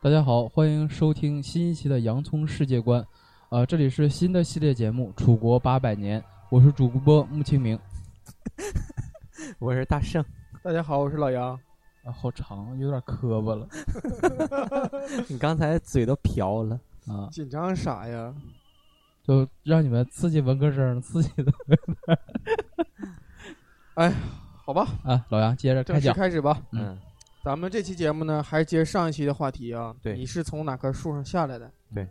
大家好，欢迎收听新一期的《洋葱世界观》，呃，这里是新的系列节目《楚国八百年》，我是主播穆清明。我是大 圣，大家好，我是老杨。啊，好长，有点磕巴了你刚才嘴都瓢了。啊，紧张啥呀？就让你们刺激文科生，刺激的好吧，啊。老杨接着开正式讲，开始吧。嗯嗯，咱们这期节目呢，还是接上一期的话题啊。对你是从哪棵树上下来的？对，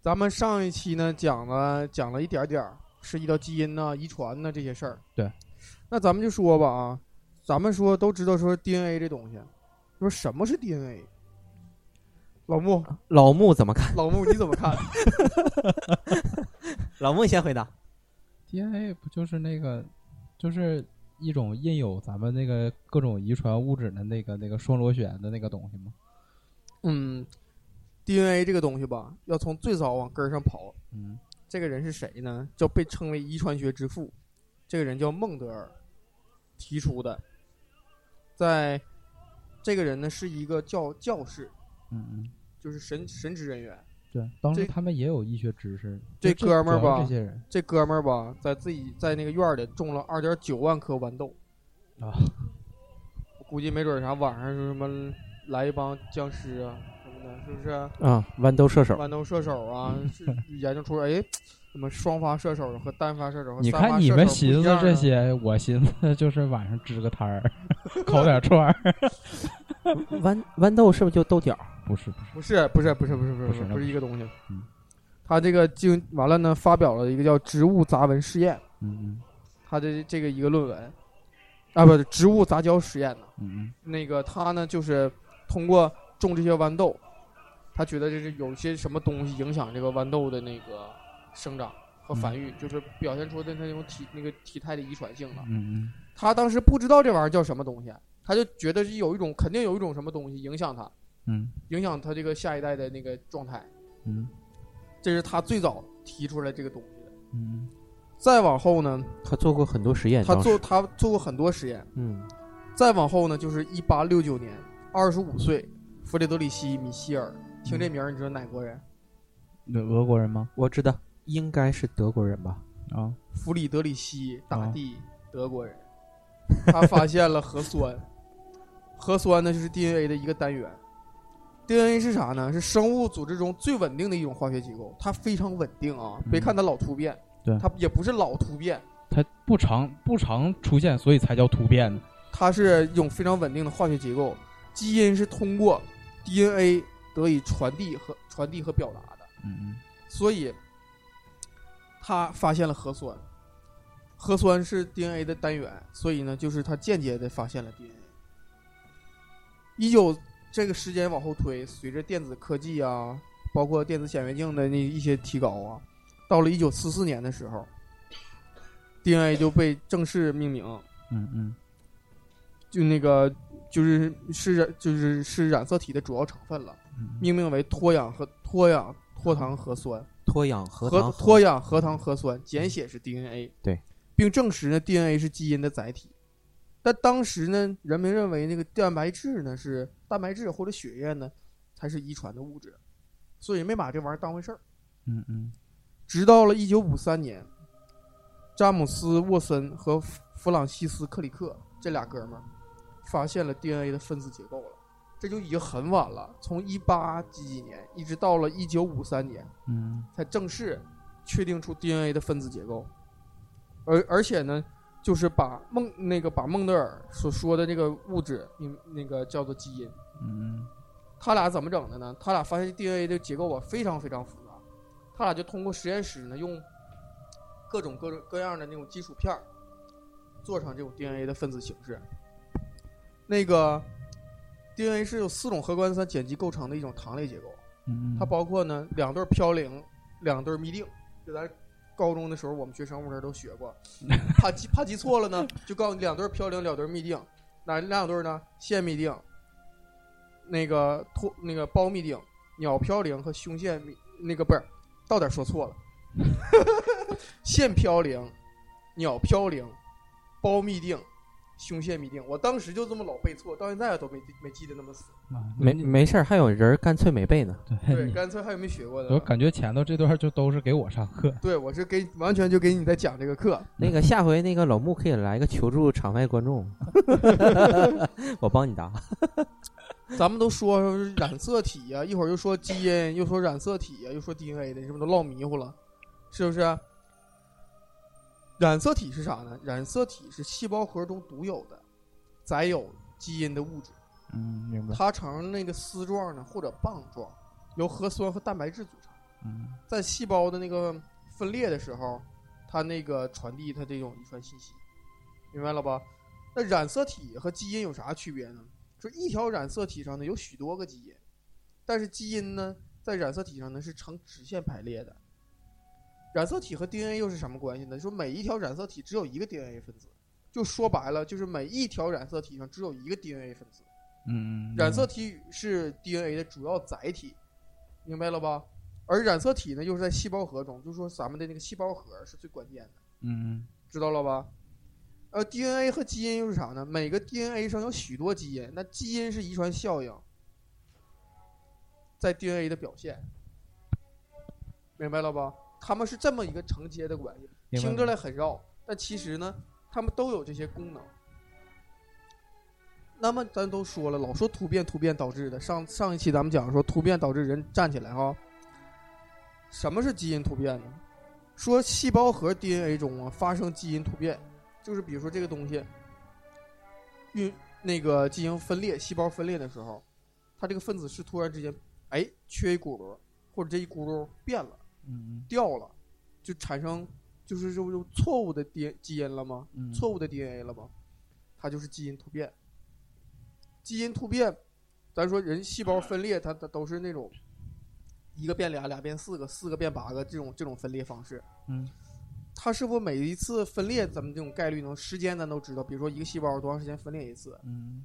咱们上一期呢讲了讲了一点点儿，涉及到基因呐、遗传呐、这些事儿。对，那咱们就说吧啊，咱们说都知道说 DNA 这东西，说什么是 DNA？老 穆，老穆怎么看？老穆你怎么看？老穆先回答。 DNA 不就是那个，就是一种印有咱们那个各种遗传物质的那个那个双螺旋的那个东西吗？ 嗯，DNA 这个东西吧，要从最早往根儿上啊刨。嗯，这个人是谁呢？叫被称为遗传学之父，这个人叫孟德尔提出的。在这个人呢是一个教教士，嗯嗯，就是神神职人员。对，当时这他们也有医学知识。这就哥们儿主要是吧这些人这哥们儿吧，在自己在那个院儿里种了二点九万颗豌豆，啊，我估计没准儿啥晚上是什么来一帮僵尸啊什么的，是不是？啊，豌豆射 手，豌豆射手 啊，是研究出来，哎，怎么双发射手和单发射手和你三发看你们射手不寻一思样这啊些，我寻思就是晚上支个摊儿， 烤点串儿。 豌豌豆是不是就豆角？不是不是，不是不是不是不是不不是是那不不是是一个东西。嗯他这个经完了呢，发表了一个叫《植物杂文试验》，嗯他的这个一个论文，啊，不是植物杂交实验呢。嗯嗯那个他呢，就是通过种这些豌豆，他觉得这是有些什么东西影响这个豌豆的那个生长和繁育，就是表现出的那种体那个体态的遗传性了。嗯他当时不知道这玩意儿叫什么东西，啊他就觉得是有一种肯定有一种什么东西影响他，嗯影响他这个下一代的那个状态。嗯这是他最早提出来这个东西的。嗯再往后呢，他做过很多实验，他当时做他做过很多实验。嗯，再往后呢，就是一八六九年，二十五岁，弗雷德里希·米歇尔，听这名儿你知道哪国人？嗯，俄国人吗？我知道，应该是德国人吧？啊，弗里德里希·大帝，哦德国人。他发现了核酸，核酸呢就是 DNA 的一个单元。DNA 是啥呢？是生物组织中最稳定的一种化学结构，它非常稳定啊！嗯别看它老突变，对它也不是老突变，它不常不常出现，所以才叫突变的。它是一种非常稳定的化学结构，基因是通过 DNA 得以传递和传递和表达的，嗯所以他发现了核酸，核酸是 DNA 的单元，所以呢，就是他间接的发现了 DNA。一九这个时间往后推，随着电子科技啊，包括电子显微镜的那一些提高啊，到了一九四四年的时候，DNA 就被正式命名。嗯嗯就那个就是是染就是是染色体的主要成分了，嗯命名为脱氧和脱氧脱糖核酸脱氧核核糖嗯脱氧核糖核酸，简写是 DNA。对，并证实呢 DNA 是基因的载体。但当时呢，人们认为那个蛋白质呢是蛋白质或者血液呢才是遗传的物质，所以没把这玩意儿当回事儿。嗯嗯直到了1953年，詹姆斯·沃森和弗弗朗西斯·克里克这俩哥们儿发现了 DNA 的分子结构了，这就已经很晚了。从一八几几年一直到了1953年，嗯才正式确定出 DNA 的分子结构，而而且呢，就是把孟那个把孟德尔所说的这个物质，嗯，那个叫做基因，嗯他俩怎么整的呢？他俩发现 DNA 的结构啊非常非常复杂，他俩就通过实验室呢用各种各种各样的那种金属片儿做成这种 DNA 的分子形式。那个 DNA 是由四种核苷酸碱基构成的一种糖类结构，嗯，它包括呢两对儿嘌呤，两对儿嘧啶，就咱。高中的时候，我们学生物的时候都学过，怕记怕记错了呢，就告诉你两对儿嘌呤，两对儿嘧啶，哪哪两对儿呢？腺嘧啶，那个托那个苞嘧啶、鸟嘌呤和胸腺嘧那个不是，到点儿说错了，腺嘌呤、鸟嘌呤、苞嘧啶、胸腺嘧啶。我当时就这么老背错，到现在都没没记得那么死。啊没你嗯没事儿，还有人干脆没背呢。对 对，你干脆还有没学过的我呢。感觉前头这段就都是给我上课，对，我是给完全就给你在讲这个课，那个下回那个老穆可以来个求助场外观 众，我帮你答。咱们都说染色体呀、一会儿又说基因，又说染色体呀、又说 DNA 的，你是不是都唠迷糊了？是不是？染色体是啥呢？染色体是细胞核中独有的载有基因的物质，嗯，明白，它呈那个丝状呢或者棒状，由核酸和蛋白质组成。嗯在细胞的那个分裂的时候，它那个传递它这种遗传信息，明白了吧？那染色体和基因有啥区别呢？说一条染色体上呢有许多个基因，但是基因呢在染色体上呢是呈直线排列的。染色体和 DNA 又是什么关系呢？说每一条染色体只有一个 DNA 分子，就说白了就是每一条染色体上只有一个 DNA 分子。嗯，染色体是 DNA 的主要载体，明白了吧？而染色体呢，又是在细胞核中，就是说咱们的那个细胞核是最关键的，嗯知道了吧？呃，DNA 和基因又是啥呢？每个 DNA 上有许多基因，那基因是遗传效应在 DNA 的表现，明白了吧？他们是这么一个承接的关系。嗯明白听着来很绕，但其实呢，他们都有这些功能。那么咱都说了，老说突变突变导致的，上上一期咱们讲说突变导致人站起来哈。什么是基因突变呢？说细胞核 DNA 中啊发生基因突变，就是比如说这个东西运那个进行分裂，细胞分裂的时候，它这个分子是突然之间哎缺一轱辘，或者这一轱辘变了嗯掉了，就产生就是就就错误的 D 基因了吗？嗯错误的 DNA 了吗？它就是基因突变。基因突变，咱说人细胞分裂，它它都是那种一个变俩，俩变四个，四个变八个这种这种分裂方式。嗯它是否每一次分裂，咱们这种概率呢？时间咱都知道，比如说一个细胞多长时间分裂一次，嗯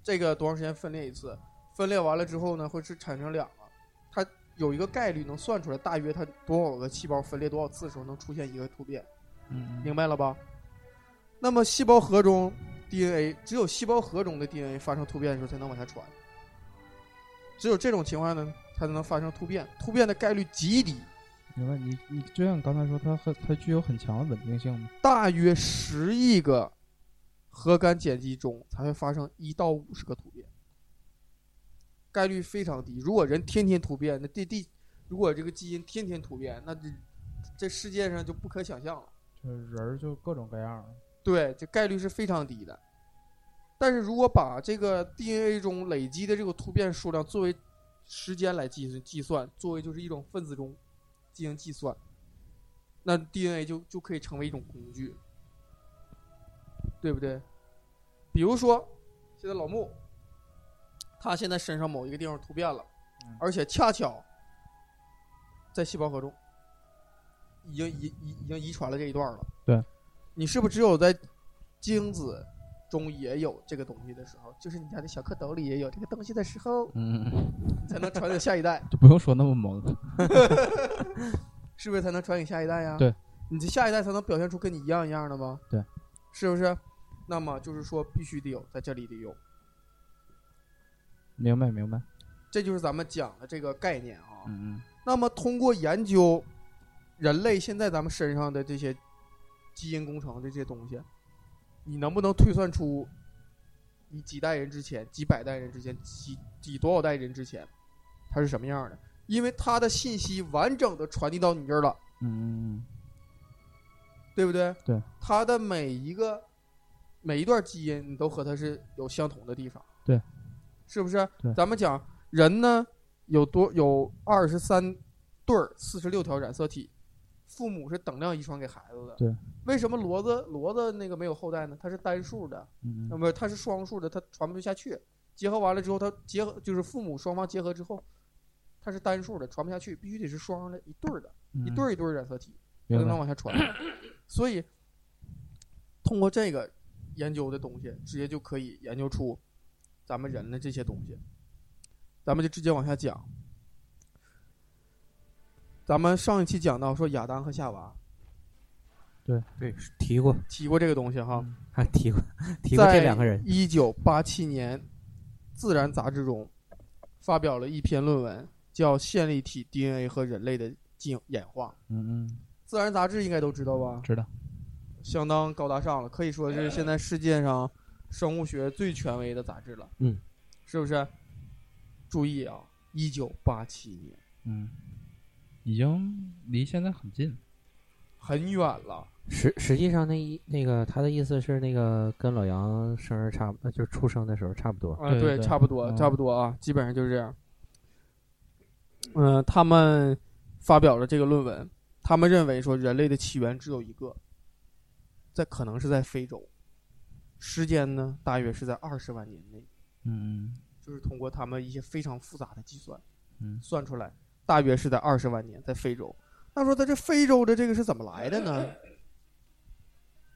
这个多长时间分裂一次，分裂完了之后呢，会是产生两个，它有一个概率能算出来，大约它多少个细胞分裂多少次的时候能出现一个突变。嗯明白了吧？那么细胞核中 DNA 只有细胞核中的 DNA 发生突变的时候才能往下传，只有这种情况呢，它才能发生突变，突变的概率极低，明白，你你就像你刚才说，它很它具有很强的稳定性嘛，大约十亿个核苷碱基中才会发生一到五十个突变，概率非常低。如果人天天突变，那地地如果这个基因天天突变，那这这世界上就不可想象了。就是人儿就各种各样儿了，对，这概率是非常低的。但是如果把这个 DNA 中累积的这个突变数量作为时间来计算计算，作为就是一种分子钟进行计算，那 DNA 就就可以成为一种工具，对不对？比如说，现在老穆，他现在身上某一个地方突变了嗯，而且恰巧在细胞核中已经遗遗已经遗传了这一段了。对，你是不是只有在精子中也有这个东西的时候，就是你家的小蝌蚪里也有这个东西的时 候，嗯，你才能传给下一代？就不用说那么猛，是不是才能传给下一代呀？对，你这下一代才能表现出跟你一样一样的吗？对，是不是？那么就是说，必须得有在这里得有，明白明白，这就是咱们讲的这个概念啊。嗯那么通过研究人类现在咱们身上的这些基因工程这些东西，你能不能推算出你几代人之前、几百代人之前、几几多少代人之前它是什么样的？因为它的信息完整的传递到你这儿了。嗯嗯对不对？对，它的每一个每一段基因，你都和它是有相同的地方。对，是不是对？咱们讲人呢，有多有二十三对儿，四十六条染色体，父母是等量遗传给孩子的。对，为什么骡子骡子那个没有后代呢？它是单数的，嗯那嗯，么它是双数的，它传不下去。结合完了之后，它结合就是父母双方结合之后，它是单数的，传不下去，必须得是双的一对儿的，一对儿一对儿染色体。才嗯明能白，往下传。所以，通过这个研究的东西，直接就可以研究出咱们人的这些东西。咱们就直接往下讲。咱们上一期讲到说亚当和夏娃对，提过提过这个东西哈，嗯啊 还提过，提过这两个人，一九八七年，《自然》杂志中发表了一篇论文，叫《线粒体 DNA 和人类的进演化》。《嗯嗯，自然》杂志应该都知道吧？知道。相当高大上了，可以说是现在世界上生物学最权威的杂志了。嗯，是不是？注意啊，一九八七年，嗯，已经离现在很近。很远了。实实际上那一那个他的意思是那个跟老杨生日差不，呃就是出生的时候差不多。啊，对对差不多，嗯差不多啊，基本上就是这样。嗯、他们发表了这个论文，他们认为说人类的起源只有一个，在可能是在非洲，时间呢大约是在二十万年内，嗯就是通过他们一些非常复杂的计算嗯算出来，大约是在二十万年，在非洲。那说他这非洲的这个是怎么来的呢？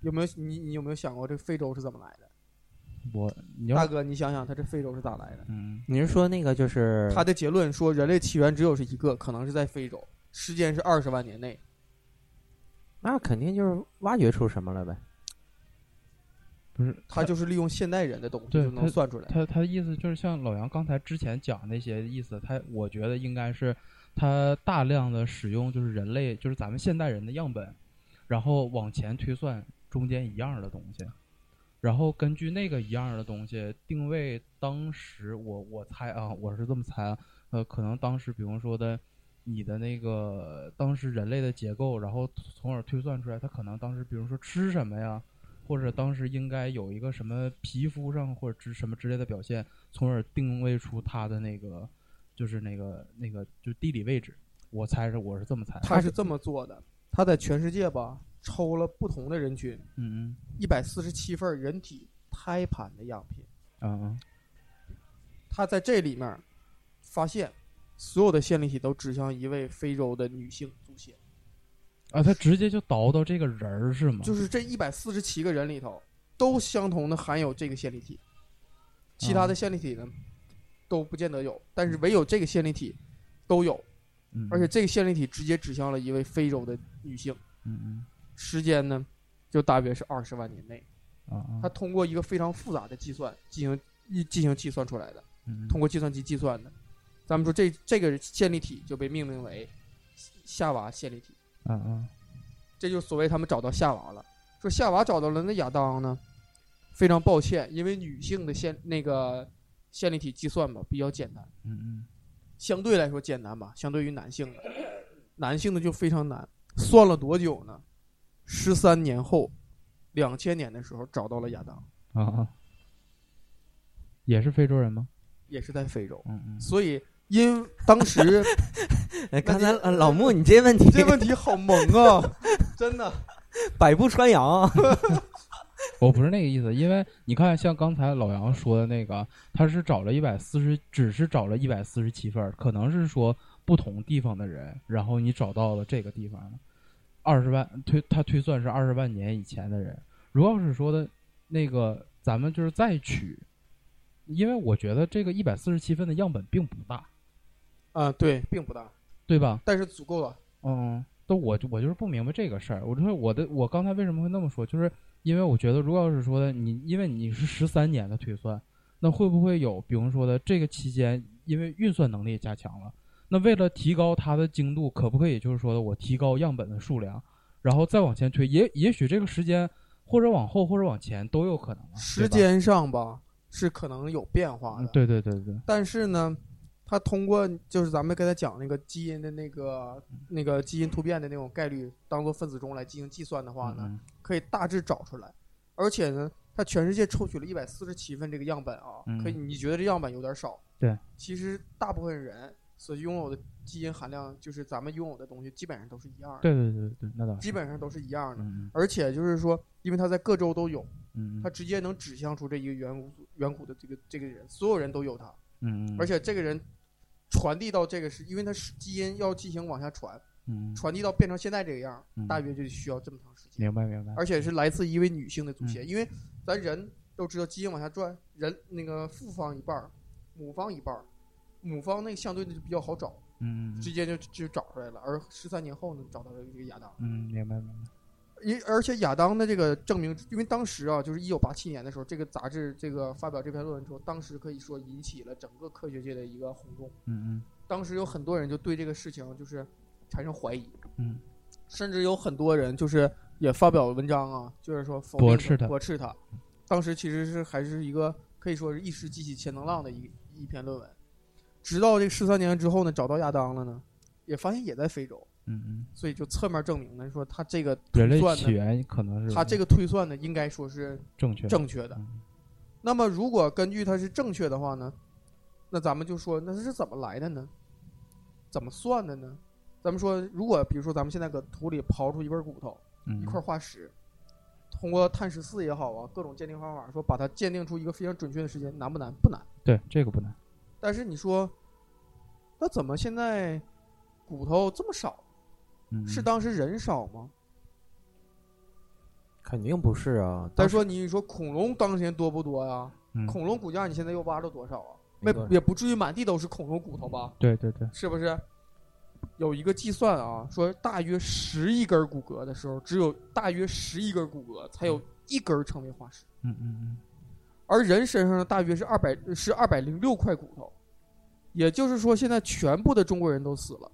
有没有你你有没有想过这非洲是怎么来的？嗯，我你要大哥，你想想他这非洲是咋来的？嗯你是说那个就是他的结论说，人类起源只有是一个，可能是在非洲，时间是二十万年内。那肯定就是挖掘出什么了呗？不是他就是利用现代人的东西对就能算出来。他他的意思就是像老杨刚才之前讲那些意思，他我觉得应该是他大量的使用就是人类就是咱们现代人的样本，然后往前推算中间一样的东西，然后根据那个一样的东西定位当时我我猜啊，我是这么猜啊，呃，可能当时比方说的。你的那个当时人类的结构，然后从而推算出来，他可能当时比如说吃什么呀，或者当时应该有一个什么皮肤上或者之什么之类的表现，从而定位出它的那个就是那个那个就地理位置。我猜是我是这么猜的，他是这么做的，他在全世界吧抽了不同的人群，嗯一百四十七份人体胎盘的样品，嗯啊啊他在这里面发现所有的线粒体都指向一位非洲的女性祖先，啊，他直接就倒到这个人儿是吗？就是这一百四十七个人里头都相同的含有这个线粒体，其他的线粒体呢都不见得有，但是唯有这个线粒体都有。嗯，而且这个线粒体直接指向了一位非洲的女性，嗯时间呢，就大约是二十万年内。嗯啊啊，它通过一个非常复杂的计算进行一进行计算出来的，嗯通过计算机计算的。咱们说这这个线粒体就被命名为夏娃线粒体，啊啊这就是所谓他们找到夏娃了。说夏娃找到了，那亚当呢？非常抱歉，因为女性的线那个线粒体计算嘛比较简单，嗯嗯相对来说简单吧，相对于男性的，男性的就非常难。算了多久呢？十三年后，两千年的时候找到了亚当，啊啊，也是非洲人吗？也是在非洲。嗯嗯所以，因当时哎，那刚你才呃老穆，你这问题这问题好萌啊，真的。 百步穿 杨啊，我不是那个意思，因为你看，像刚才老杨说的那个，他是找了一百四十，只是找了一百四十七份儿，可能是说不同地方的人，然后你找到了这个地方了，二十万推他推算是二十万年以前的人。如果要是说的，那个咱们就是再取，因为我觉得这个一百四十七份的样本并不大，啊，对，并不大，对吧？但是足够了。嗯，但我就我就是不明白这个事儿。我就说我的我刚才为什么会那么说，就是因为我觉得，如果要是说的你，因为你是十三年的推算，那会不会有，比如说的这个期间，因为运算能力加强了，那为了提高它的精度，可不可以就是说的我提高样本的数量，然后再往前推，也也许这个时间或者往后或者往前都有可能啊，时对吧间上吧，是可能有变化嗯的。，对对对对，但是呢，他通过就是咱们刚才讲那个基因的那个那个基因突变的那种概率，当做分子钟来进行计算的话嗯呢，嗯可以大致找出来。而且呢，他全世界抽取了一百四十七份这个样本啊，嗯可以你觉得这样本有点少？对，其实大部分人所拥有的基因含量，就是咱们拥有的东西，基本上都是一样的，对对对对对，那倒是，基本上都是一样的。嗯而且就是说，因为他在各州都有，嗯嗯他直接能指向出这一个远古远古的这个这个人，所有人都有他。嗯嗯，而且这个人传递到这个是因为他是基因要进行往下传，嗯传递到变成现在这个样儿，嗯大约就需要这么长时间，明白明白，而且是来自一位女性的祖先，因为咱人都知道基因往下转，人那个父方一半儿，母方一半儿，母方那个相对的就比较好找，嗯嗯嗯直接就就找出来了，而十三年后呢找到了这个亚当，嗯，明白明白。也而且亚当的这个证明，因为当时啊，就是一九八七年的时候，这个杂志这个发表这篇论文之后，当时可以说引起了整个科学界的一个轰动。嗯当时有很多人就对这个事情就是产生怀疑，嗯嗯，甚至有很多人就是也发表文章啊，就是说否定驳斥它驳斥它。当时其实是还是一个可以说是一时激起千层浪的一一篇论文。直到这十三年之后呢，找到亚当了呢，也发现也在非洲，嗯嗯，所以就侧面证明呢，说他这个人类算的起源可能是他这个推算呢，应该说是正确正确的。嗯那么如果根据它是正确的话呢，那咱们就说那它是怎么来的呢？怎么算的呢？咱们说，如果比如说咱们现在搁土里刨出一根骨头，嗯一块化石，通过碳十四也好啊，各种鉴定方法，说把它鉴定出一个非常准确的时间，难不难？不难。对这个不难，但是你说，那怎么现在骨头这么少？嗯是当时人少吗？肯定不是啊。再说你说恐龙当时人多不多呀、嗯恐龙骨架你现在又挖着多少啊？没没多少也不至于满地都是恐龙骨头吧？对对对，是不是？有一个计算啊，说大约十亿根骨骼的时候，只有大约十亿根骨骼才有一根成为化石，嗯嗯而人身上呢，大约是二百是二百零六块骨头，也就是说，现在全部的中国人都死了，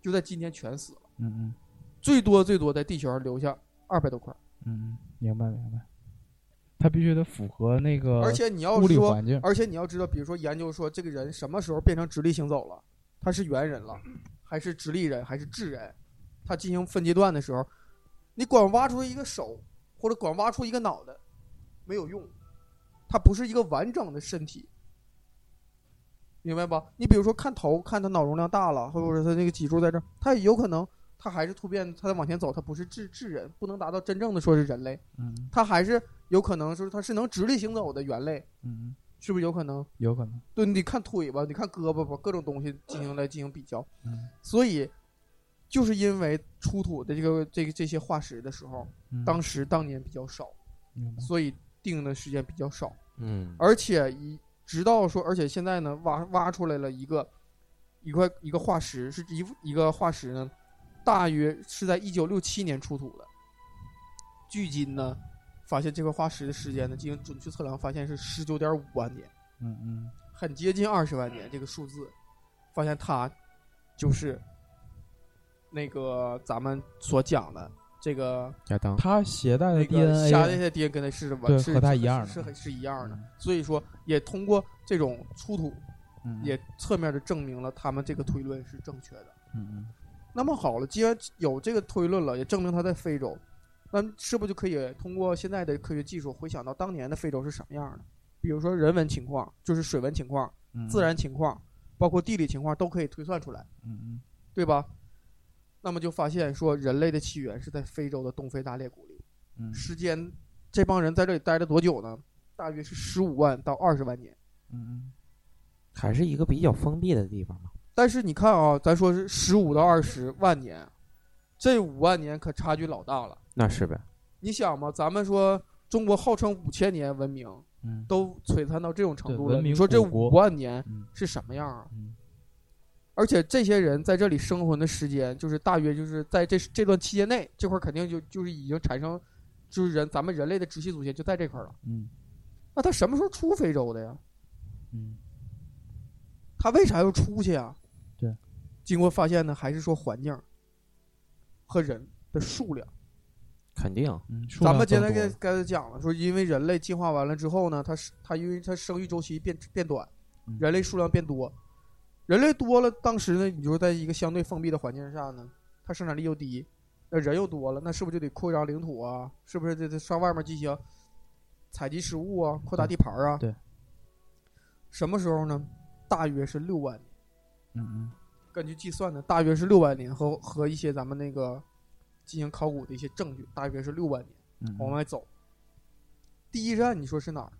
就在今天全死了，嗯嗯嗯最多最多在地球上留下二百多块，嗯，明白明白，它必须得符合那个而且你要呃物理说环境， 而且你要知道，比如说研究说这个人什么时候变成直立行走了，他是猿人了，还是直立人，还是智人？他进行分阶段的时候，你光挖出一个手或者光挖出一个脑袋没有用，它不是一个完整的身体，明白吧？你比如说看头，看他脑容量大了，或者他那个脊柱在这儿，他也有可能他还是突变，他在往前走，他不是智智人，不能达到真正的说是人类，嗯他还是有可能说他是能直立行走的猿类，嗯，嗯是不是有可能？有可能，对，你看腿吧，你看胳膊吧，各种东西进行来进行比较。嗯所以，就是因为出土的这个这个这些化石的时候，嗯当时当年比较少，明白所以定的时间比较少，嗯，而且一直到说，而且现在呢，挖挖出来了一个一块一个化石，是一一个化石呢，大约是在一九六七年出土的，距今呢，发现这块化石的时间呢，进行准确测量，发现是十九点五万年。嗯嗯很接近二十万年这个数字，发现它就是那个咱们所讲的这个亚当，它携带的那个下那 DNA，些 DNA 跟它是对完是和它一样的是是是一样的嗯，所以说也通过这种出土，嗯也侧面的证明了他们这个推论是正确的。嗯嗯那么好了，既然有这个推论了，也证明它在非洲，那是不是就可以通过现在的科学技术回想到当年的非洲是什么样的？比如说人文情况，就是水文情况。嗯自然情况，包括地理情况都可以推算出来，嗯嗯对吧？那么就发现说，人类的起源是在非洲的东非大裂谷里，嗯时间这帮人在这里待了多久呢？大约是十五万到二十万年。嗯还是一个比较封闭的地方嘛。但是你看啊，咱说是十五到二十万年，这五万年可差距老大了。那是呗，你想嘛，咱们说中国号称五千年文明，嗯都璀璨到这种程度对了，文明你说这古国五万年嗯是什么样啊？嗯而且这些人在这里生活的时间，就是大约就是在这这段期间内，这块儿肯定就就是已经产生，就是人咱们人类的直系祖先就在这块儿了。嗯那他什么时候出非洲的呀？嗯他为啥要出去啊？对，经过发现呢，还是说环境和人的数量。肯定。嗯，数咱量们更刚才多跟刚才讲了，说因为人类进化完了之后呢，它是它因为它生育周期变变短嗯，人类数量变多，人类多了，当时呢，你就在一个相对封闭的环境下呢，它生产力又低，那人又多了，那是不是就得扩张领土啊？是不是得得上外面进行采集食物啊，扩大地盘啊？对对什么时候呢？大约是六万年，嗯嗯根据计算呢，大约是六万年和和一些咱们那个进行考古的一些证据，大约是六万年。嗯，往外走。第一站你说是哪儿？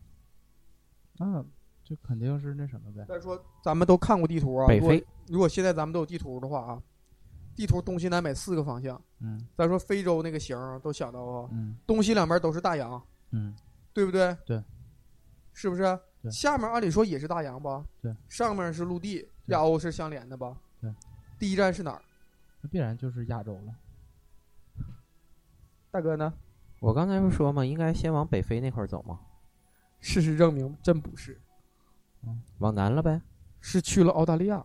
那这肯定是那什么呗，再说咱们都看过地图啊，北如果非，如果现在咱们都有地图的话啊，地图东西南北四个方向。嗯再说非洲那个形儿都想到啊，嗯东西两边都是大洋，嗯对不对？对，是不是？对下面按理说也是大洋吧？对，上面是陆地，亚欧是相连的吧？对，第一站是哪儿？那必然就是亚洲了，大哥呢？我刚才不是说嘛，应该先往北非那块儿走嘛，事实证明真不是，往南了呗。是去了澳大利亚。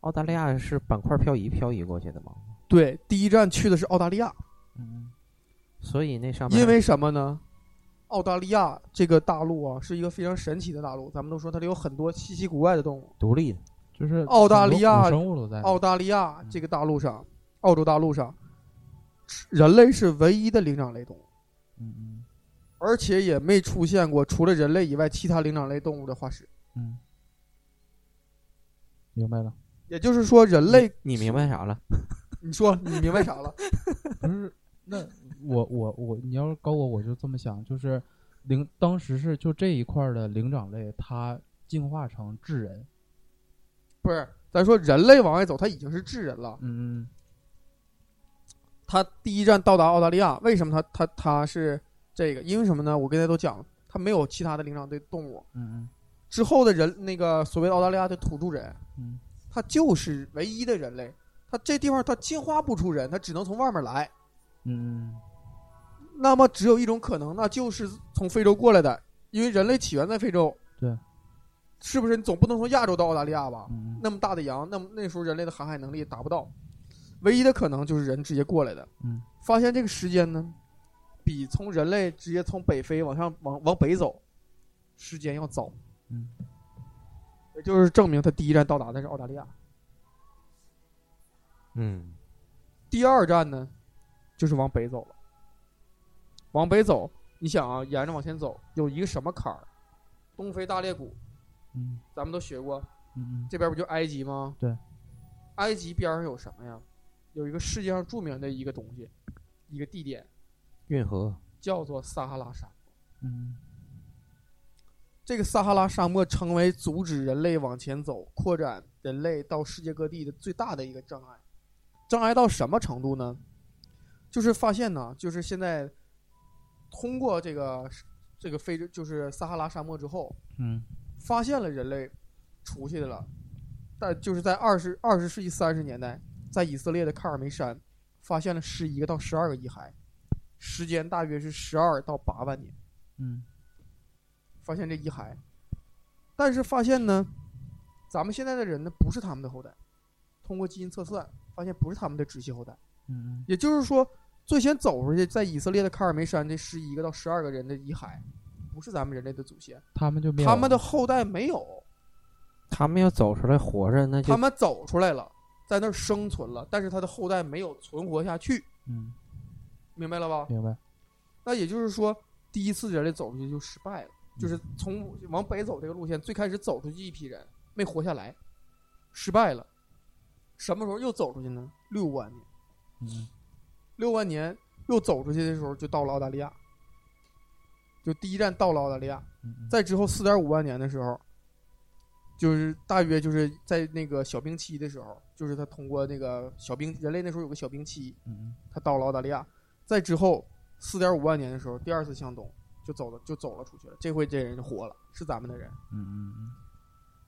澳大利亚是板块漂移漂移过去的嘛，对，第一站去的是澳大利亚，嗯，所以那上面因为什么呢？澳大利亚这个大陆啊，是一个非常神奇的大陆。咱们都说它里有很多稀奇古怪的动物。独立的，就是澳大利亚很多古生物都在那澳大利亚这个大陆上，澳洲大陆上，人类是唯一的灵长类动物，嗯嗯而且也没出现过除了人类以外其他灵长类动物的化石。嗯，明白了。也就是说，人类，你明白啥了？你说你明白啥了？ 不是，那我我我，你要是高我，我就这么想，就是灵当时是就这一块儿的灵长类，它进化成智人，不是，咱说人类往外走，它已经是智人了。嗯他第一站到达澳大利亚，为什么他他他是这个？因为什么呢？我刚才都讲了，他没有其他的灵长类动物。嗯之后的人，那个所谓的澳大利亚的土著人，嗯嗯他就是唯一的人类。他这地方他进化不出人，他只能从外面来。嗯那么只有一种可能，那就是从非洲过来的，因为人类起源在非洲。对，是不是？你总不能从亚洲到澳大利亚吧？嗯那么大的洋，那么那时候人类的航海能力达不到，唯一的可能就是人直接过来的。嗯，发现这个时间呢，比从人类直接从北非往上往往北走，时间要早。嗯，也就是证明他第一站到达的是澳大利亚，嗯，第二站呢，就是往北走了。往北走，你想啊，沿着往前走有一个什么坎儿？东非大裂谷，嗯咱们都学过，嗯这边不就埃及吗？对，埃及边上有什么呀？有一个世界上著名的一个东西，一个地点运河，叫做撒哈拉沙漠。嗯这个撒哈拉沙漠成为阻止人类往前走、扩展人类到世界各地的最大的一个障碍。障碍到什么程度呢？就是发现呢，就是现在通过这个这个非洲，就是撒哈拉沙漠之后，嗯发现了人类出去的了，但就是在二十二十世纪三十年代，在以色列的喀尔梅山发现了十一个到十二个遗骸，时间大约是十二到八万年，嗯发现这遗骸，但是发现呢，咱们现在的人呢不是他们的后代，通过基因测算发现不是他们的直系后代，嗯也就是说，最先走出去在以色列的喀尔梅山这十一个到十二个人的遗骸，不是咱们人类的祖先，他们就灭他亡们的了后代没有。他们要走出来活着，那他就们走出来了，在那儿生存了，但是他的后代没有存活下去，嗯明白了吧？明白那也就是说，第一次人类走出去就失败了，就是从往北走这个路线，最开始走出去一批人没活下来，失败了。什么时候又走出去呢？六万年，嗯六万年又走出去的时候，就到了澳大利亚，就第一站到了澳大利亚。嗯在之后四点五万年的时候，就是大约就是在那个小冰期的时候，就是他通过那个小冰，人类那时候有个小冰期，嗯他到了澳大利亚。在之后四点五万年的时候，第二次向东就走了，就走了出去了。这回这人就活了，是咱们的人。嗯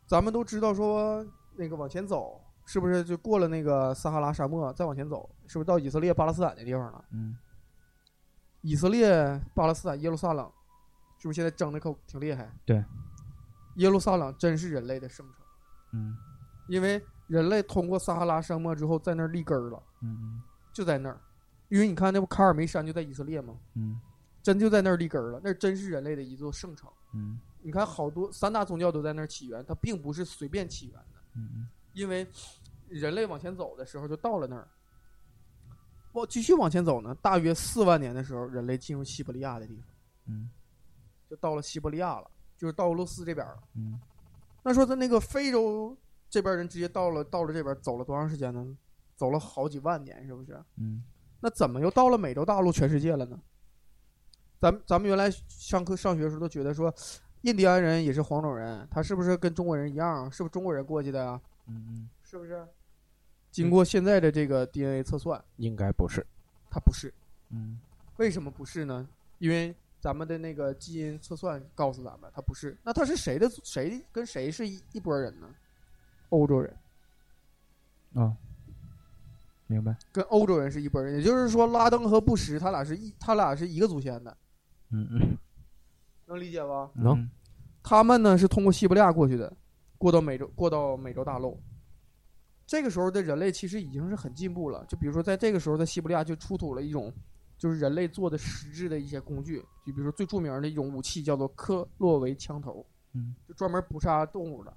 咱们都知道说那个往前走，是不是就过了那个撒哈拉沙漠，再往前走，是不是到以色列巴勒斯坦那地方了？嗯以色列、巴勒斯坦、耶路撒冷，是不是现在争的可挺厉害？对，耶路撒冷真是人类的圣城，嗯因为人类通过撒哈拉沙漠之后，在那儿立根儿了，嗯就在那儿。因为你看，那不卡尔梅山就在以色列吗？嗯真就在那儿立根儿了，那真是人类的一座圣城。嗯你看，好多三大宗教都在那儿起源，它并不是随便起源的，嗯因为人类往前走的时候就到了那儿。往继续往前走呢，大约四万年的时候，人类进入西伯利亚的地方。嗯就到了西伯利亚了，就是到俄罗斯这边了。嗯那说在那个非洲这边人直接到了到了这边走了多长时间呢？走了好几万年，是不是？嗯那怎么又到了美洲大陆全世界了呢？咱们咱们原来上课上学的时候都觉得说，印第安人也是黄种人，他是不是跟中国人一样？是不是中国人过去的啊？嗯是不是？经过现在的这个 DNA 测算，应该不是。他不是。嗯为什么不是呢？因为咱们的那个基因测算告诉咱们，它不是。那它是谁的？谁跟谁是一一拨人呢？欧洲人。啊明白？跟欧洲人是一拨儿人，也就是说拉登和布什他俩是一他俩是一个祖先的，嗯嗯，能理解吧？能嗯他们呢是通过西伯利亚过去的，过到美洲，过到美洲大陆。这个时候的人类其实已经是很进步了，就比如说在这个时候的西伯利亚就出土了一种，就是人类做的实质的一些工具，就比如说最著名的一种武器叫做科洛维枪头，嗯，就专门捕杀动物的。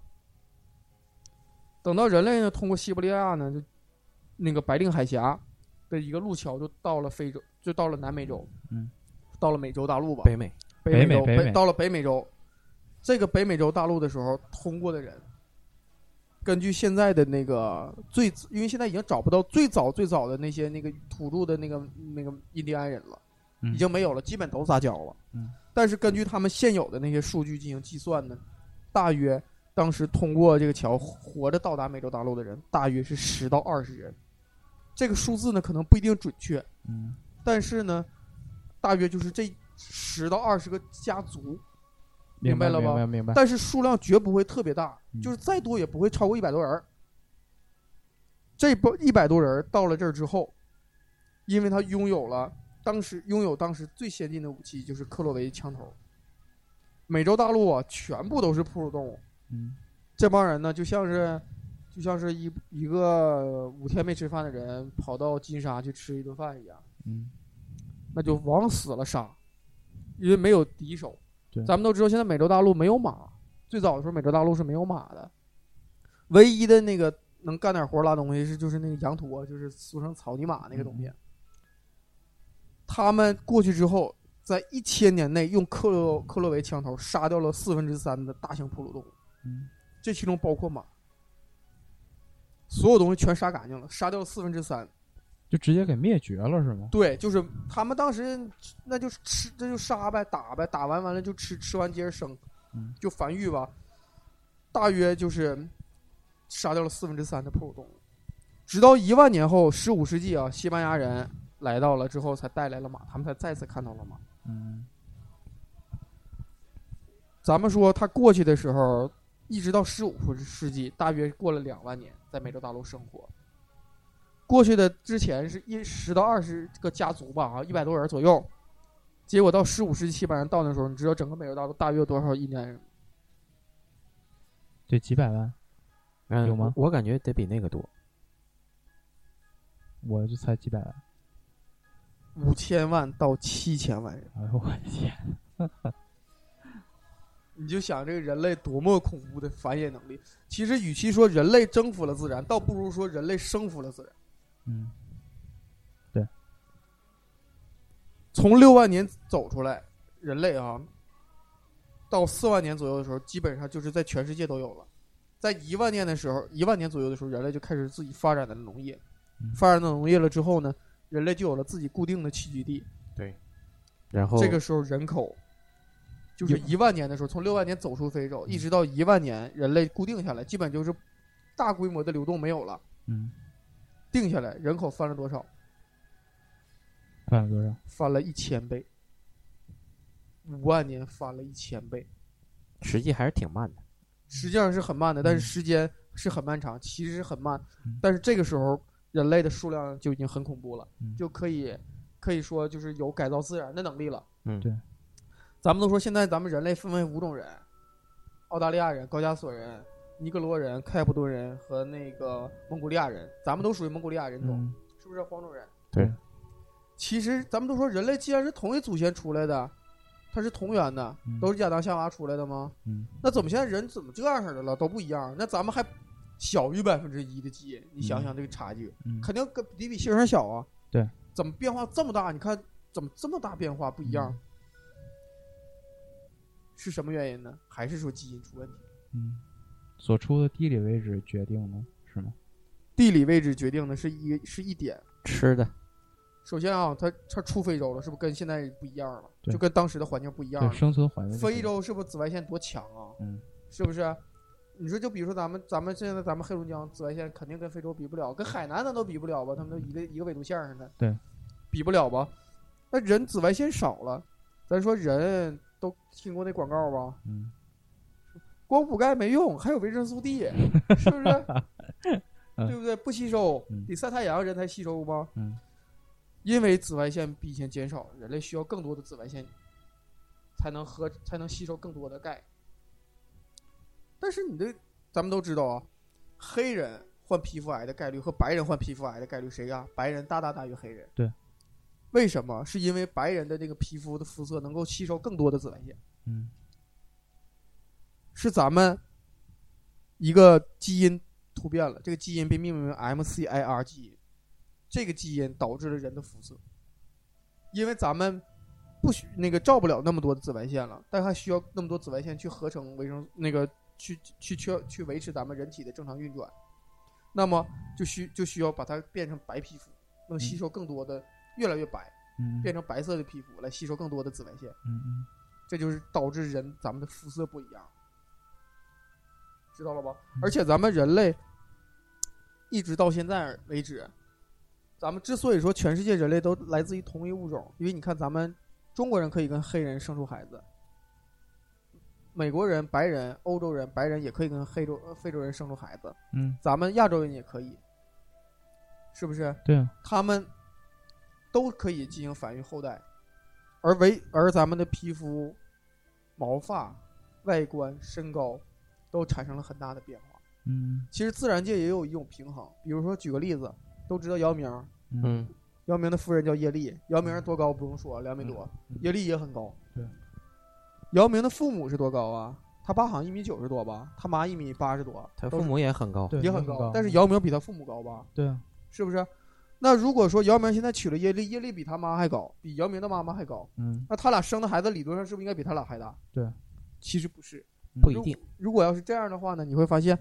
等到人类呢通过西伯利亚呢，就那个白令海峡的一个路桥就到了非洲，就到了南美洲，嗯，到了美洲大陆吧，北美北美美洲北美到了北美洲，这个北美洲大陆的时候通过的人，根据现在的那个最，因为现在已经找不到最早最早的那些那个土著的那个那个印第安人了，嗯已经没有了，基本都撒娇了。嗯，但是根据他们现有的那些数据进行计算呢，大约当时通过这个桥活着到达美洲大陆的人，大约是十到二十人。这个数字呢，可能不一定准确，嗯但是呢，大约就是这十到二十个家族，明明白了吧明白明白。但是数量绝不会特别大，嗯就是再多也不会超过一百多人儿。这波一百多人儿到了这儿之后，因为他拥有了当时拥有当时最先进的武器，就是克洛维枪头。美洲大陆啊，全部都是哺乳动物，嗯这帮人呢，就像是就像是一一个五天没吃饭的人跑到金沙去吃一顿饭一样。嗯，那就往死了杀，因为没有敌手对。咱们都知道，现在美洲大陆没有马，最早的时候美洲大陆是没有马的，唯一的那个能干点活拉东西是就是那个羊驼，就是俗称草泥马那个东西。他们过去之后，在一千年内用克洛克洛维枪头杀掉了四分之三的大型哺乳动物，嗯这其中包括马，所有东西全杀干净了，杀掉了四分之三。就直接给灭绝了是吗？对，就是他们当时那就是吃，那就杀呗，打呗，打完完了就吃，吃完接着生嗯，就繁育吧。大约就是杀掉了四分之三的哺乳动物，直到一万年后，十五世纪啊，西班牙人来到了之后，才带来了马，他们才再次看到了马。嗯咱们说他过去的时候，一直到十五世纪，大约过了两万年，在美洲大陆生活。过去的之前是一十到二十个家族吧，啊，一百多人左右。结果到十五世纪西班牙人到那时候，你知道整个美洲大陆大约有多少印第安人吗？对，几百万，嗯有吗我我感觉得比那个多，我就猜几百万。五千万到七千万人，哎呦我的天！你就想这个人类多么恐怖的繁衍能力。其实，与其说人类征服了自然，倒不如说人类征服了自然。嗯从六万年走出来，人类啊，到四万年左右的时候，基本上就是在全世界都有了。在一万年的时候，一万年左右的时候，人类就开始自己发展的农业嗯，发展的农业了之后呢，人类就有了自己固定的栖居地。然后这个时候人口就是一万年的时候，从六万年走出非洲，一直到一万年，人类固定下来，基本就是大规模的流动没有了，嗯，定下来人口翻了多少？翻了多少？翻了一千倍，五万年翻了一千倍。实际还是挺慢的。实际上是很慢的，但是嗯时间是很漫长，其实是很慢嗯。但是这个时候，人类的数量就已经很恐怖了，嗯就可以可以说就是有改造自然的能力了。嗯对。咱们都说现在咱们人类分为五种人：澳大利亚人、高加索人、尼格罗人、开普敦人和那个蒙古利亚人。咱们都属于蒙古利亚人种，嗯是不是黄种人？对。其实咱们都说人类既然是同一祖先出来的，它是同源的，嗯都是亚当夏娃出来的吗？嗯，那怎么现在人怎么这样式儿的了？都不一样，那咱们还小于百分之一的基因，你想想这个差距，嗯肯定跟你比猩猩小啊。对，怎么变化这么大？你看怎么这么大变化不一嗯样？是什么原因呢？还是说基因出问题？嗯，所处的地理位置决定的是吗？地理位置决定的是一是一点，吃的首先啊，它它出非洲了，是不是跟现在不一样了？对就跟当时的环境不一样对，了。生存环境。非，洲是不是紫外线多强啊？嗯，是不是？你说就比如说咱们咱们现在咱们黑龙江紫外线肯定跟非洲比不了，跟海南咱都比不了吧？他们都一个一个纬度线上的，对，比不了吧？那人紫外线少了，咱说人都听过那广告吧？嗯 光补钙没用，还有维生素 D，是不是？嗯对不对？不吸收嗯，得晒太阳人才吸收吧。嗯因为紫外线比以前减少，人类需要更多的紫外线，才能和才能吸收更多的钙。但是你的，咱们都知道啊，黑人患皮肤癌的概率和白人患皮肤癌的概率谁呀、白人大大大于黑人。对，为什么？是因为白人的这个皮肤的肤色能够吸收更多的紫外线，嗯是咱们一个基因突变了，这个基因被命名为 MCIR 基因，这个基因导致了人的肤色，因为咱们不许那个照不了那么多的紫外线了，但还需要那么多紫外线去合成维生那个去去去去维持咱们人体的正常运转，那么就需就需要把它变成白皮肤，能吸收更多的越来越白，嗯变成白色的皮肤来吸收更多的紫外线。嗯嗯这就是导致人咱们的肤色不一样，知道了吧？而且咱们人类一直到现在为止，咱们之所以说全世界人类都来自于同一物种，因为你看咱们中国人可以跟黑人生出孩子，美国人、白人、欧洲人、白人也可以跟黑洲、呃非洲人生出孩子，嗯，咱们亚洲人也可以，是不是？对啊，他们都可以进行繁育后代，而唯而咱们的皮肤、毛发、外观、身高都产生了很大的变化。嗯其实自然界也有一种平衡，比如说举个例子，都知道姚明，嗯，姚明的夫人叫叶丽，姚明多高不用说，两米多，嗯叶丽也很高。对，姚明的父母是多高啊？他爸好像一米九十多吧，他妈一米八十多，他都父是母也很高，对也都很很高高，嗯但是姚明比他父母高吧？对啊，是不是？那如果说姚明现在娶了叶丽，叶丽比他妈还高，比姚明的妈妈还高，嗯那他俩生的孩子理论上是不是应该比他俩还大？对，其实不是。不一定，如果要是这样的话呢，你会发现，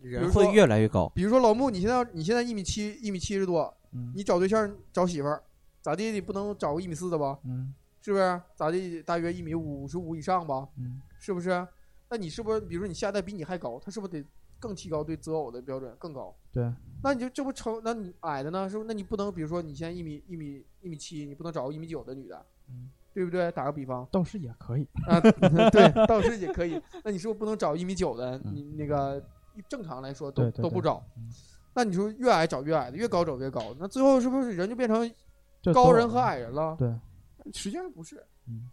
如人说会越来越高。比如说老穆，你现在你现在一米七一米七十多，嗯你找对象找媳妇儿，咋地你不能找个一米四的吧？嗯是不是？咋地大约一米五十五以上吧？嗯是不是？那你是不是比如说你下一代比你还高，他是不是得更提高对择偶的标准更高？对，那你就这不成？那你矮的呢？是不是？那你不能比如说你现在一米一米一米七，你不能找个一米九的女的，嗯对不对？打个 比方倒是也可以，啊，对，倒是也可以。那你是不是不能找一米九的？嗯你那个正常来说都对对都不对找嗯。那你说越矮找越矮的，越高找越高的，那最后是不是人就变成这高都人和矮人了？对，实际上不是，嗯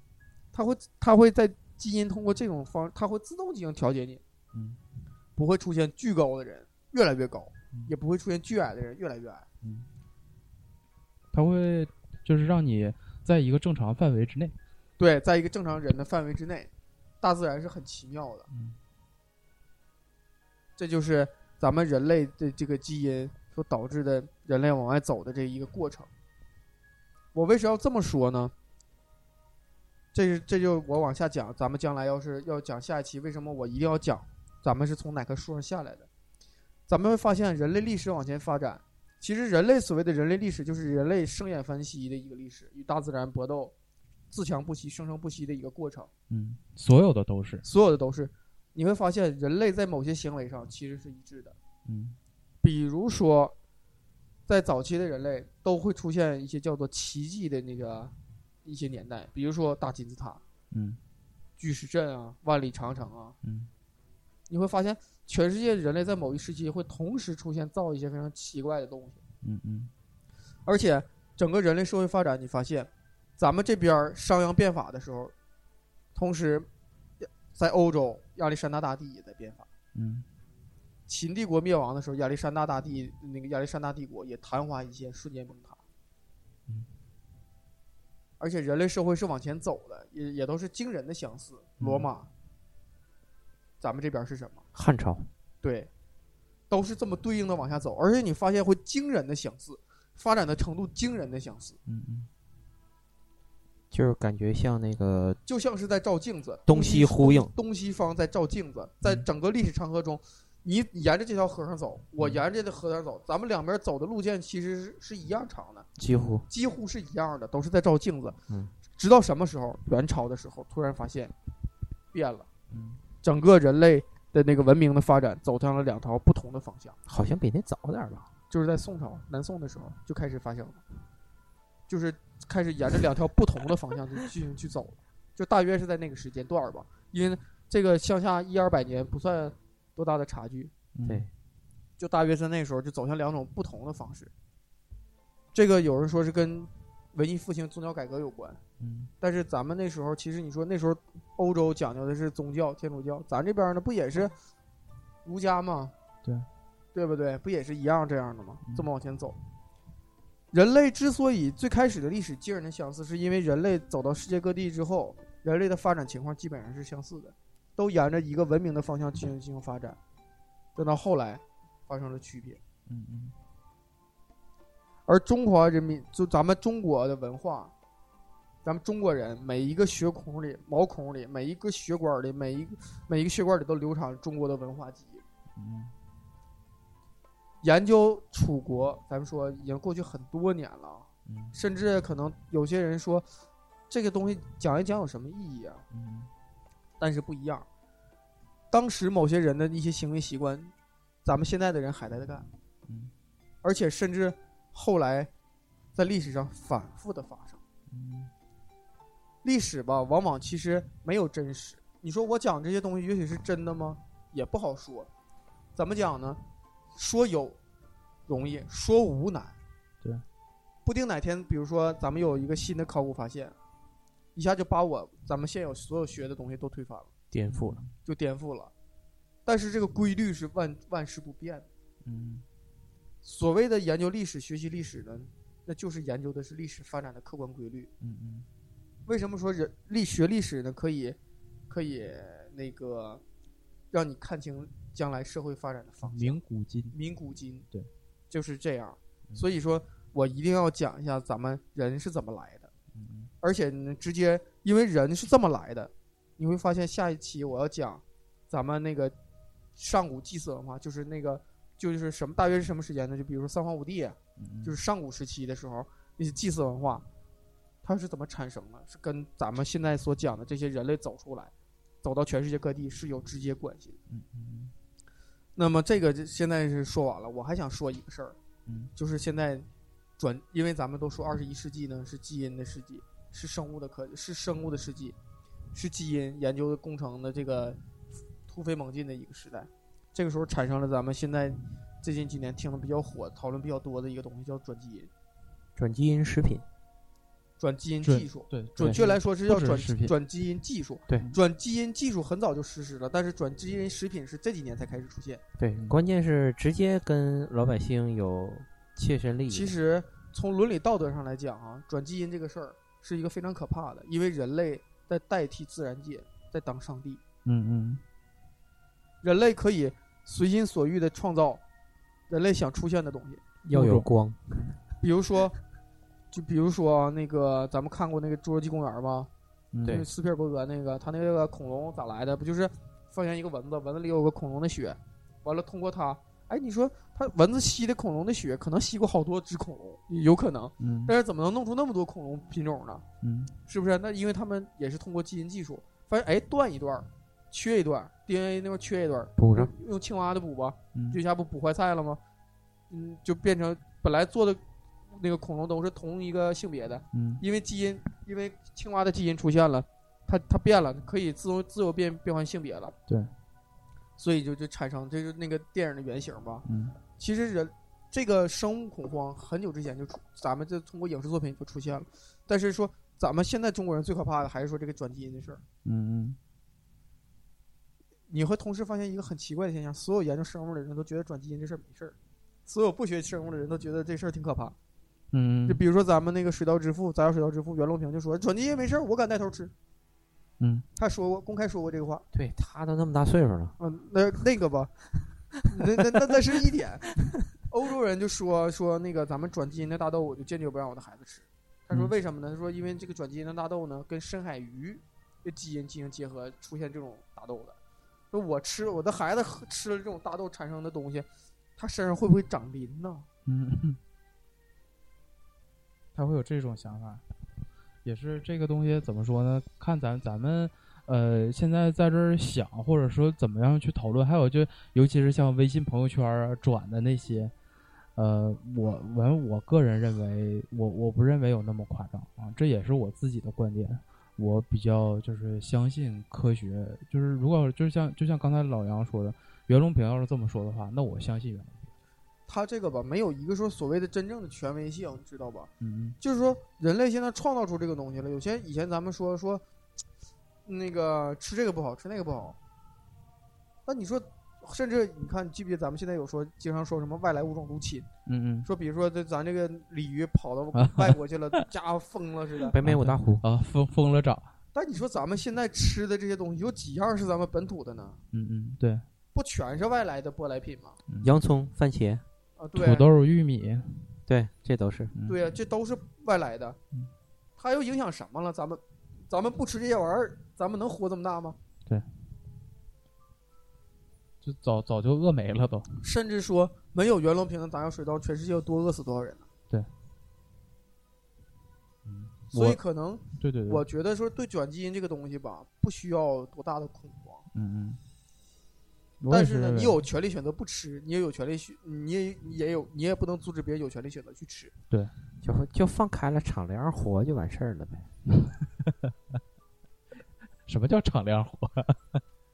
它会它会在基因通过这种方，它会自动进行调节你，嗯不会出现巨高的人越来越高，嗯也不会出现巨矮的人越来越矮。嗯，它会就是让你在一个正常范围之内，对，在一个正常人的范围之内，大自然是很奇妙的，嗯这就是咱们人类的这个基因所导致的人类往外走的这一个过程。我为什么要这么说呢？这是这就我往下讲，咱们将来要是要讲下一期，为什么我一定要讲咱们是从哪棵树上下来的？咱们会发现人类历史往前发展，其实人类所谓的人类历史就是人类生衍繁殖的一个历史，与大自然搏斗、自强不息、生生不息的一个过程。嗯，所有的都是，所有的都是，你会发现人类在某些行为上其实是一致的，嗯比如说，在早期的人类都会出现一些叫做奇迹的那个一些年代，比如说大金字塔、嗯巨石阵啊、万里长城啊，嗯你会发现全世界人类在某一时期会同时出现造一些非常奇怪的东西，嗯嗯而且整个人类社会发展，你发现咱们这边儿商鞅变法的时候，同时在欧洲亚历山大大帝也在变法。嗯秦帝国灭亡的时候，亚历山大大帝那个亚历山大帝国也昙花一现，瞬间崩塌。嗯而且人类社会是往前走的，也也都是惊人的相似。罗马，咱们这边是什么？汉朝，对，都是这么对应的往下走，而且你发现会惊人的相似，发展的程度惊人的相似，嗯嗯，就是感觉像那个就像是在照镜子，东西呼应，嗯东西方在照镜子，在整个历史长河中，你沿着这条河上走，嗯我沿着这条河上走，咱们两边走的路线其实是是一样长的，几乎几乎是一样的，都是在照镜子。嗯，直到什么时候？元朝的时候，突然发现变了，嗯，整个人类的那个文明的发展走向了两条不同的方向。好像比那早点儿吧？就是在宋朝南宋的时候就开始发生了，就是开始沿着两条不同的方向去进行去走了，就大约是在那个时间段儿吧。因为这个向下一二百年不算多大的差距，嗯对，就大约在那时候就走向两种不同的方式。这个有人说是跟文艺复兴、宗教改革有关，嗯但是咱们那时候其实你说那时候欧洲讲究的是宗教、天主教，咱这边呢不也是儒家吗？对，对不对？不也是一样这样的吗嗯？这么往前走，人类之所以最开始的历史惊人的相似，是因为人类走到世界各地之后，人类的发展情况基本上是相似的，都沿着一个文明的方向进行进行发展，等到后来发生了区别。嗯嗯，而中华人民就咱们中国的文化，咱们中国人每一个血孔里、毛孔里、每一个血管里、每一个每一个血管里都流淌着中国的文化基因。嗯研究楚国，咱们说已经过去很多年了啊，嗯甚至可能有些人说，这个东西讲一讲有什么意义啊？嗯但是不一样，当时某些人的一些行为习惯，咱们现在的人还在干，嗯而且甚至后来在历史上反复的发生。嗯历史吧，往往其实没有真实。你说我讲这些东西，也许是真的吗？也不好说。怎么讲呢？说有容易，说无难。对，不定哪天，比如说咱们有一个新的考古发现，一下就把我咱们现有所有学的东西都推翻了，颠覆了。就颠覆了。但是这个规律是万万世不变的。嗯所谓的研究历史、学习历史呢，那就是研究的是历史发展的客观规律。嗯嗯为什么说人历学历史呢？可以，可以那个让你看清将来社会发展的方向。明古今，民古今，对，就是这样。嗯所以说我一定要讲一下咱们人是怎么来的，嗯而且呢，直接因为人是这么来的，你会发现下一期我要讲咱们那个上古祭祀文化，就是那个就是什么大约是什么时间呢？就比如说三皇五帝，啊嗯，就是是上古时期的时候那些祭祀文化，它是怎么产生的？是跟咱们现在所讲的这些人类走出来，走到全世界各地是有直接关系的。嗯嗯那么这个就现在是说完了，我还想说一个事儿，嗯就是现在转，因为咱们都说二十一世纪呢是基因的世纪，是生物的科，是生物的世纪，是基因研究的工程的这个突飞猛进的一个时代。这个时候产生了咱们现在最近几年听的比较火、讨论比较多的一个东西，叫转基因。转基因食品，转基因准技术。对准确来说是叫不止转食品转基因技术。对转基因技术很早就实施了，但是转基因食品是这几年才开始出现。对，嗯关键是直接跟老百姓有切身利益。其实从伦理道德上来讲啊，转基因这个事儿是一个非常可怕的，因为人类在代替自然界，在当上帝。嗯嗯人类可以随心所欲的创造人类想出现的东西，要物有种光，比如说，就比如说啊那个咱们看过那个《侏罗纪公园》吗？嗯对就是斯皮尔伯格那个，他那个恐龙咋来的？不就是发现一个蚊子，蚊子里有个恐龙的血，完了通过它，哎，你说它蚊子吸的恐龙的血，可能吸过好多只恐龙，有可能，嗯但是怎么能弄出那么多恐龙品种呢？嗯是不是？那因为他们也是通过基因技术，发现哎断一段儿，缺一段儿，DNA 那块儿缺一段儿，补上用青蛙的补吧，嗯这下不补坏菜了吗？嗯，就变成本来做的那个恐龙都是同一个性别的，嗯因为基因，因为青蛙的基因出现了，它它变了，可以自由自由变变换性别了。对，所以就就产生这就是那个电影的原型吧。嗯其实人这个生物恐慌很久之前就出，咱们就通过影视作品就出现了。但是说咱们现在中国人最可怕的还是说这个转基因的事儿。嗯你会同时发现一个很奇怪的现象：所有研究生物的人都觉得转基因这事儿没事儿，所有不学生物的人都觉得这事儿挺可怕。嗯就比如说咱们那个《水稻之父》，咱有《水稻之父》，袁隆平就说转基因没事儿，我敢带头吃。嗯他说过公开说过这个话，对他都那么大岁数了，嗯，那那个吧， 那那那那是一点。 欧洲人就说说那个咱们转基因的大豆，我就坚决不让我的孩子吃。他说嗯为什么呢？他说因为这个转基因的大豆呢，跟深海鱼的基因进行结合，出现这种大豆的。说我吃我的孩子喝吃了这种大豆产生的东西，他身上会不会长鳞呢？嗯， 他会有这种想法，也是这个东西怎么说呢？看咱咱们呃现在在这儿想，或者说怎么样去讨论，还有就尤其是像微信朋友圈儿啊转的那些，呃，我我我个人认为，我我不认为有那么夸张啊，这也是我自己的观点。我比较就是相信科学，就是如果就是像就像刚才老杨说的，袁隆平要是这么说的话，那我相信袁隆平。它这个吧，没有一个说所谓的真正的权威性，知道吧？嗯就是说人类现在创造出这个东西了。有些以前咱们说说，那个吃这个不好，吃那个不好。那你说，甚至你看，记不记得咱们现在有说经常说什么外来物种入侵？嗯说比如说这咱这个鲤鱼 跑到外国去了，家伙疯了似的。北美五大湖嗯，啊，疯疯了长，但你说咱们现在吃的这些东西，有几样是咱们本土的呢？嗯嗯，对，不全是外来的舶来品吗？洋葱、番茄，啊，对，土豆、玉米，对，这都是。嗯对啊呀、这都是外来的嗯，它又影响什么了？咱们，咱们不吃这些玩意儿，咱们能活这么大吗？就早早就饿没了都。甚至说没有袁隆平的打小水稻，全世界要多饿死多少人呢？嗯所以我可能对对对，我觉得说对转基因这个东西吧，不需要多大的恐慌。嗯嗯，我也但是呢，认为你有权利选择不吃，你也有权利选，你也你也有，你也不能阻止别人有权利选择去吃。就就放开了，敞亮活就完事儿了呗。什么叫敞亮活？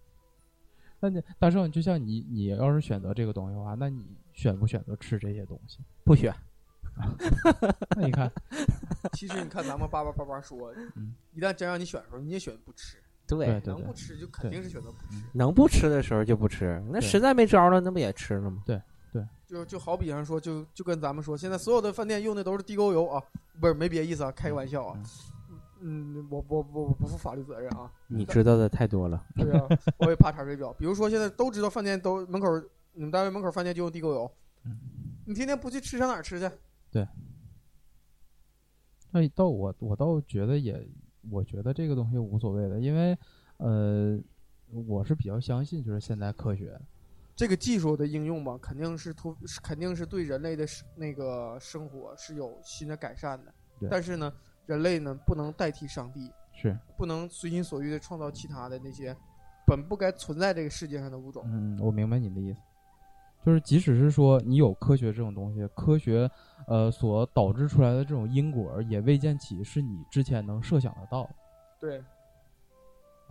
那你大圣，就像你，你要是选择这个东西的话，那你选不选择吃这些东西？ 不选，那你看，其实你看咱们叭叭叭叭说 嗯，一旦真让你选的时候，你也选不吃，对对能不吃就肯定是选择不吃。能不吃的时候就不吃，那对实在没招了，那不也吃了吗？就就好比方说，就就跟咱们说，现在所有的饭店用的都是地沟油啊，不是没别意思啊，开个玩笑啊。嗯，我我我我不负法律责任啊。你知道的太多了，对啊，我也怕查水表。比如说，现在都知道饭店都门口，你们单位门口饭店就用地沟油嗯，你天天不去吃，上哪儿吃去？那倒我我倒觉得也，我觉得这个东西无所谓的，因为呃，我是比较相信就是现代科学，这个技术的应用吧，肯定是突，是肯定是对人类的生那个生活是有新的改善的对。但是呢，人类呢不能代替上帝，是，不能随心所欲的创造其他的那些本不该存在这个世界上的物种。嗯，我明白你的意思，就是即使是说你有科学这种东西，科学呃所导致出来的这种因果儿，也未见起是你之前能设想得到的。对，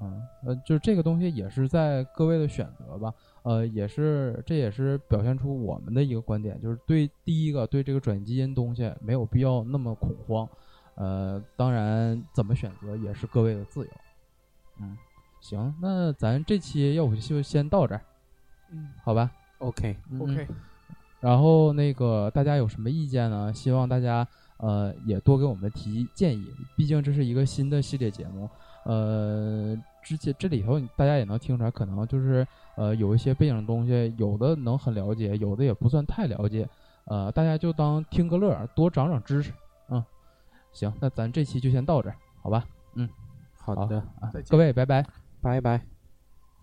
嗯，呃，就是这个东西也是在各位的选择吧，呃，也是这也是表现出我们的一个观点，就是对第一个对这个转基因东西没有必要那么恐慌，呃，当然怎么选择也是各位的自由。嗯，行，那咱这期要不就先到这儿，嗯好吧 OK，嗯嗯，OK，然后那个大家有什么意见呢？希望大家呃也多给我们提建议，毕竟这是一个新的系列节目。呃，之前这里头你大家也能听出来，可能就是呃有一些背景的东西，有的能很了解，有的也不算太了解。呃，大家就当听个乐儿，多长长知识。嗯，行，那咱这期就先到这儿，好吧？好好的，啊再见，各位拜拜。拜拜。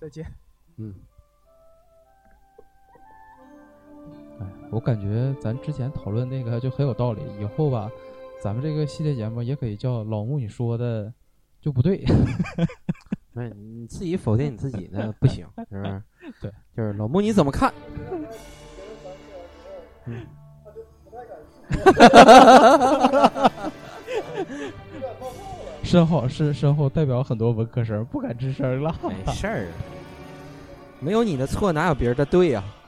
再见。嗯，哎，我感觉咱之前讨论那个就很有道理。以后吧，咱们这个系列节目也可以叫“老穆你说的就不对 不是你自己否定你自己 呢，不行，是不是？对，”，就是老穆你怎么看？身后是身后代表很多文科生不敢吱声了。啊没事儿，没有你的错，哪有别人的对呀、啊